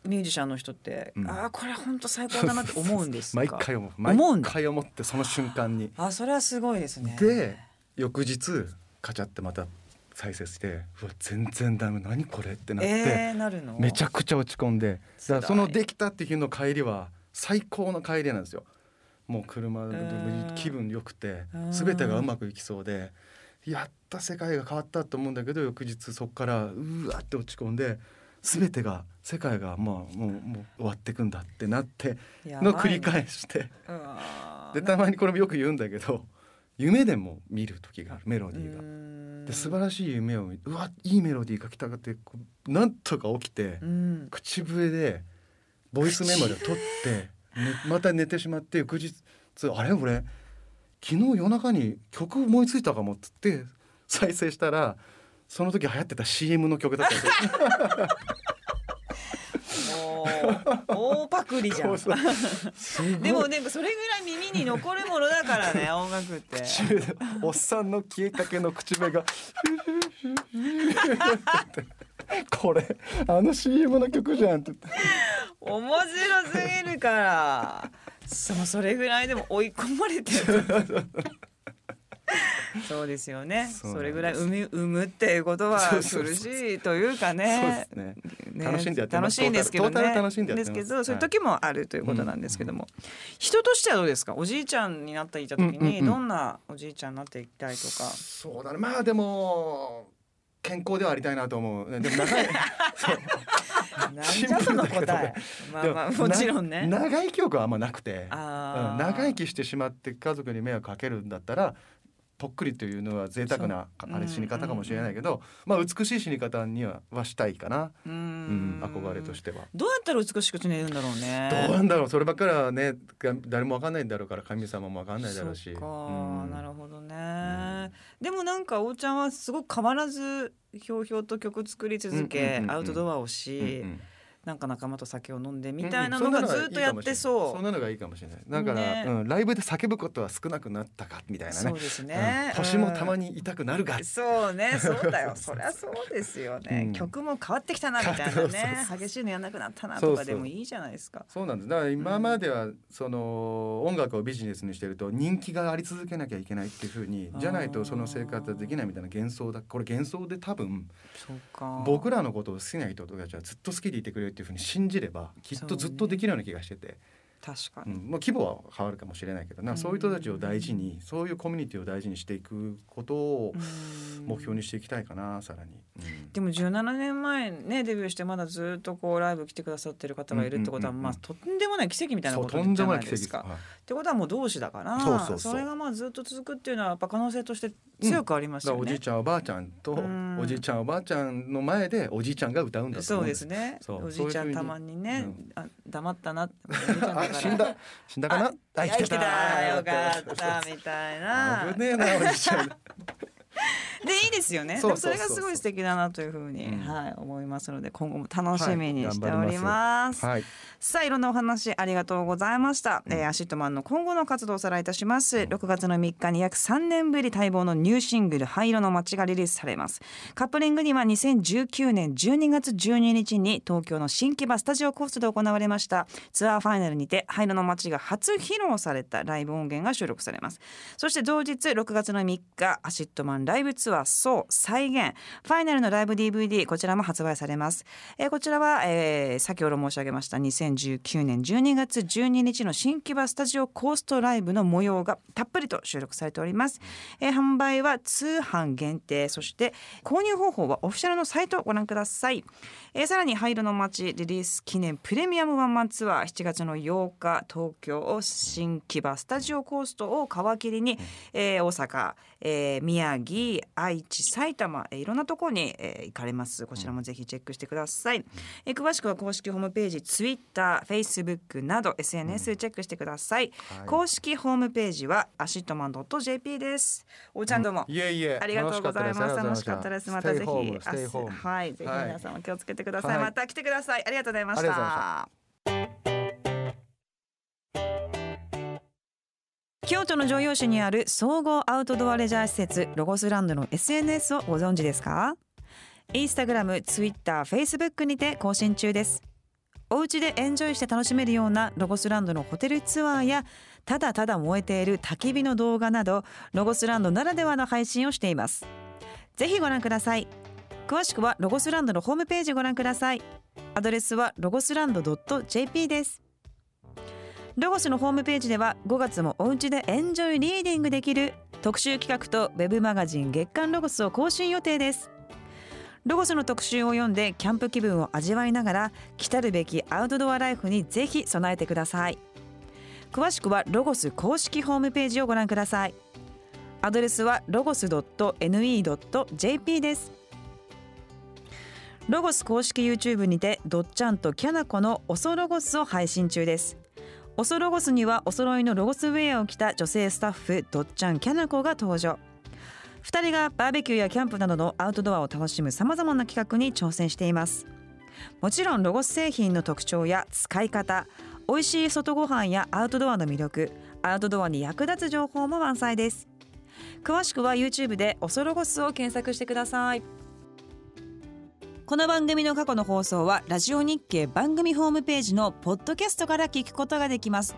[SPEAKER 1] ミュージシャンの人って、
[SPEAKER 2] うん
[SPEAKER 1] ああこれ本当最高だな って思うんですか
[SPEAKER 2] 毎回思う毎
[SPEAKER 1] 思うんだ
[SPEAKER 2] 回思ってその瞬間に。
[SPEAKER 1] あそれはすごいですね。
[SPEAKER 2] で翌日カチャってまた再生して「うわ全然ダメ何これ」ってなって。
[SPEAKER 1] えー、なるの
[SPEAKER 2] めちゃくちゃ落ち込んでだから
[SPEAKER 1] 辛い
[SPEAKER 2] そのできたっていう日の帰りは最高の帰りなんですよもう車で
[SPEAKER 1] うん
[SPEAKER 2] 気分良くて
[SPEAKER 1] うん
[SPEAKER 2] 全てがうまくいきそうでやった世界が変わったと思うんだけど翌日そこからうわって落ち込んで全てが世界がまあもうもう終わってくんだってなって
[SPEAKER 1] やばいね
[SPEAKER 2] の繰り返して
[SPEAKER 1] うわー
[SPEAKER 2] でたまにこれもよく言うんだけど夢でも見る時があるメロディーが。
[SPEAKER 1] で
[SPEAKER 2] で素晴らしい夢を見うわいいメロディーが来たかってこうなんとか起きて。
[SPEAKER 1] うん、
[SPEAKER 2] 口笛でボイスメモリを取って、ねまた寝てしまって翌日あれ俺昨日夜中に曲思いついたかもっつって再生したらその時流行ってた CM の曲だったんですよ
[SPEAKER 1] おー大パクリじゃ ん。
[SPEAKER 2] すごい
[SPEAKER 1] でもねそれぐらい耳に残るものだから ね音楽って。
[SPEAKER 2] 口笛で おっさんの消えかけの口笛が これあの CM の曲じゃんって言って
[SPEAKER 1] 面白すぎるから。そうそれぐらいでも追い込まれてる。そうですよね。
[SPEAKER 2] そう
[SPEAKER 1] そ
[SPEAKER 2] なんです
[SPEAKER 1] れぐらい産む産むっていうことは
[SPEAKER 2] そう
[SPEAKER 1] 苦
[SPEAKER 2] そうそう
[SPEAKER 1] しいというか
[SPEAKER 2] そう
[SPEAKER 1] ね
[SPEAKER 2] で。すね
[SPEAKER 1] ね
[SPEAKER 2] 楽しんでやってます
[SPEAKER 1] 楽しいんですけど
[SPEAKER 2] トータル
[SPEAKER 1] ね。
[SPEAKER 2] 楽しんでやってます
[SPEAKER 1] すけど、そういう時もあるということなんですけども、人としてはどうですか。おじいちゃんになったいた時
[SPEAKER 2] うんうんう
[SPEAKER 1] に
[SPEAKER 2] ん
[SPEAKER 1] どんなおじいちゃんになっていきたいとか。
[SPEAKER 2] そうだねまあでも健康ではありたいなと思うでも長 いそう
[SPEAKER 1] なんじゃその答え。まあまあ
[SPEAKER 2] でも
[SPEAKER 1] もちろんね。
[SPEAKER 2] な長生き欲はあんまなくて、
[SPEAKER 1] あ
[SPEAKER 2] うん
[SPEAKER 1] ー
[SPEAKER 2] 長生きしてしまって家族に迷惑かけるんだったらぽっくりというのは贅沢な
[SPEAKER 1] そう
[SPEAKER 2] あれ死に方かもしれないけど、まあ美しい死に方にははしたいかな、
[SPEAKER 1] うー
[SPEAKER 2] うんん、憧れとしては。
[SPEAKER 1] どうやったら美しく寝るんだろうね。
[SPEAKER 2] どうなんだろうそればっかりはねが誰もわかんないんだろうから神様もわかんないだろうし。
[SPEAKER 1] そっか
[SPEAKER 2] うん
[SPEAKER 1] なるほどね、でもなんかおうちゃんはすごく変わらずひょうひょうと曲作り続け、
[SPEAKER 2] うんうんうんうん
[SPEAKER 1] アウトドアをし、
[SPEAKER 2] うんうん
[SPEAKER 1] なんか仲間と酒を飲んでみたいなのがずっとやってそう。
[SPEAKER 2] そんなのがいいかもしれない。だから、
[SPEAKER 1] ね
[SPEAKER 2] うんライブで叫ぶことは少なくなったかみたいな
[SPEAKER 1] そうで
[SPEAKER 2] ね。
[SPEAKER 1] すね、
[SPEAKER 2] うん腰もたま
[SPEAKER 1] に
[SPEAKER 2] に痛くなるが。
[SPEAKER 1] そうねそう だよそりゃそうですよね、
[SPEAKER 2] うん
[SPEAKER 1] 曲も変わってきたなみたい
[SPEAKER 2] 変
[SPEAKER 1] な
[SPEAKER 2] わってそう
[SPEAKER 1] ね
[SPEAKER 2] そうそ
[SPEAKER 1] 激
[SPEAKER 2] う
[SPEAKER 1] しいのやんなくなったな
[SPEAKER 2] そ
[SPEAKER 1] と
[SPEAKER 2] うそ
[SPEAKER 1] か
[SPEAKER 2] う
[SPEAKER 1] でもいいじゃないですか
[SPEAKER 2] そうなんです。だから今まではその音楽をビジネスにしてると人気があり続けなきゃいけないっていうふうにじゃないとその生活はできないみたいな幻想だ。これ幻想で多分
[SPEAKER 1] そうか
[SPEAKER 2] 僕らのことを好きな人たちはずっと好きでいてくれるっていうふうに信じればきっとずっとできるような気がしてて。
[SPEAKER 1] 確か
[SPEAKER 2] う
[SPEAKER 1] に、
[SPEAKER 2] ん、まあ規模は変わるかもしれないけどなんかそういう人たちを大事にそういうコミュニティを大事にしていくことを
[SPEAKER 1] うん
[SPEAKER 2] 目標にしていきたいかなさらに、うん
[SPEAKER 1] でも17年前ねデビューしてまだずっとこうライブ来てくださってる方がいるってことは、
[SPEAKER 2] うんうんうんうん
[SPEAKER 1] まあとんでもない奇跡みたいな
[SPEAKER 2] そ
[SPEAKER 1] こ
[SPEAKER 2] う
[SPEAKER 1] と
[SPEAKER 2] と
[SPEAKER 1] じ
[SPEAKER 2] ん
[SPEAKER 1] ゃ
[SPEAKER 2] でも
[SPEAKER 1] な
[SPEAKER 2] ないい奇
[SPEAKER 1] で
[SPEAKER 2] 跡ですす
[SPEAKER 1] か。
[SPEAKER 2] は
[SPEAKER 1] っ
[SPEAKER 2] い
[SPEAKER 1] てことはもう同志だから
[SPEAKER 2] そうそうそう
[SPEAKER 1] れがまあずっと続くっていうのはやっぱ可能性として強くありま
[SPEAKER 2] だ
[SPEAKER 1] す
[SPEAKER 2] から
[SPEAKER 1] よ
[SPEAKER 2] おじ
[SPEAKER 1] ね
[SPEAKER 2] い。ちゃんおばあちゃんと
[SPEAKER 1] うん
[SPEAKER 2] おじいちゃんおばあちゃんの前でおじいちゃんが歌うんだと
[SPEAKER 1] そ
[SPEAKER 2] 思
[SPEAKER 1] う
[SPEAKER 2] うん
[SPEAKER 1] ですね。
[SPEAKER 2] そう
[SPEAKER 1] おじいちゃ
[SPEAKER 2] そうんいうふうに
[SPEAKER 1] たまにね
[SPEAKER 2] うん、
[SPEAKER 1] あ黙ったな。おじいちゃんだか
[SPEAKER 2] あ
[SPEAKER 1] ら
[SPEAKER 2] 死ん。だ死んだかな
[SPEAKER 1] あ生きてたよか
[SPEAKER 2] そう
[SPEAKER 1] っ
[SPEAKER 2] そう
[SPEAKER 1] たみたい
[SPEAKER 2] そう
[SPEAKER 1] な。
[SPEAKER 2] 危ねえなおじいちゃん
[SPEAKER 1] でいいですよね。で
[SPEAKER 2] そう
[SPEAKER 1] も
[SPEAKER 2] そ
[SPEAKER 1] そう
[SPEAKER 2] そう
[SPEAKER 1] れがすごい素敵だなというふうに、
[SPEAKER 2] うん
[SPEAKER 1] はい思いますので今後も楽しみに
[SPEAKER 2] はい
[SPEAKER 1] しております。
[SPEAKER 2] はい
[SPEAKER 1] さあいろんなお話ありがとうございました、えーアシットマンの今後の活動をおさらいいたします6月の3日に約3年ぶり待望のニューシングル「灰色の街」がリリースされますカップリングには2019年12月12日に東京の新木場スタジオコースで行われましたツアーファイナルにて灰色の街が初披露されたライブ音源が収録されますそして同日6月の3日アシットマンライブツアーそう再現ファイナルのライブ DVD こちらも発売されます、えーこちらは、えー先ほど申し上げました2019年12月12日の新木場スタジオコーストライブの模様がたっぷりと収録されております、えー販売は通販限定そして購入方法はオフィシャルのサイトをご覧ください、えーさらに灰色の街リリース記念プレミアムワンマンツアー7月の8日東京新木場スタジオコーストを皮切りに、えー大阪、えー宮城愛知埼玉、えーいろんなところに、えー行かれますこちらもぜひチェックしてください、えー詳しくは公式ホームページツイッター、フェイスブックなど SNS チェックしてください、
[SPEAKER 2] はい
[SPEAKER 1] 公式ホームページはアシットマン .jp ですおうちゃんどうも、
[SPEAKER 2] いえいえ
[SPEAKER 1] ありがとうございます。楽
[SPEAKER 2] 楽
[SPEAKER 1] し
[SPEAKER 2] し
[SPEAKER 1] か
[SPEAKER 2] か
[SPEAKER 1] っ
[SPEAKER 2] ったた
[SPEAKER 1] で。
[SPEAKER 2] ですす
[SPEAKER 1] ま
[SPEAKER 2] ま
[SPEAKER 1] た
[SPEAKER 2] た
[SPEAKER 1] ぜ
[SPEAKER 2] ぜ
[SPEAKER 1] ひ
[SPEAKER 2] ひ、
[SPEAKER 1] 明日はい、ぜひ
[SPEAKER 2] はい
[SPEAKER 1] 皆さんお気をつけてください。
[SPEAKER 2] はい
[SPEAKER 1] また来てください。ありがとうございまし
[SPEAKER 2] ありがとうござい
[SPEAKER 1] た。京都の常用市にある総合アウトドアレジャー施設ロゴスランドの SNS をご存知ですかインスタグラム、ツイッター、フェイスブックにて更新中ですお家でエンジョイして楽しめるようなロゴスランドのホテルツアーやただただ燃えている焚き火の動画などロゴスランドならではの配信をしていますぜひご覧ください詳しくはロゴスランドのホームページをご覧くださいアドレスはロゴスランド .jp ですロゴスのホームページでは5月もお家でエンジョイリーディングできる特集企画とウェブマガジン月刊ロゴスを更新予定ですロゴスの特集を読んでキャンプ気分を味わいながら来たるべきアウトドアライフにぜひ備えてください詳しくはロゴス公式ホームページをご覧くださいアドレスはロゴス .ne.jp ですロゴス公式 YouTube にてどっちゃんとキャナコのオソロゴスを配信中ですオソロゴスにはお揃いのロゴスウェアを着た女性スタッフどっちゃんキャナコが登場2人がバーベキューやキャンプなどのアウトドアを楽しむさまざまな企画に挑戦していますもちろんロゴス製品の特徴や使い方美味しい外ご飯やアウトドアの魅力アウトドアに役立つ情報も満載です詳しくは YouTube でオソロゴスを検索してくださいこの番組の過去の放送はラジオ日経番組ホームページのポッドキャストから聞くことができます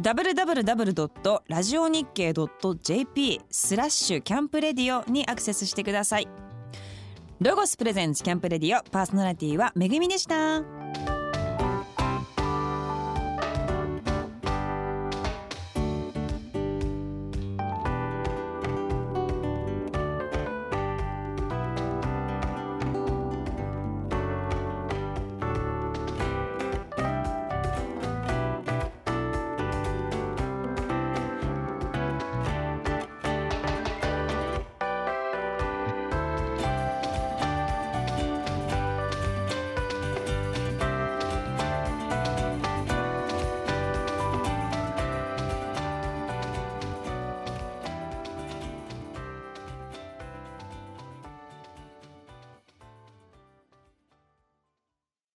[SPEAKER 1] www.radionickei.jp スラッシュキャンプレディオにアクセスしてくださいロゴスプレゼンツキャンプレディオパーソナリティはめぐみでした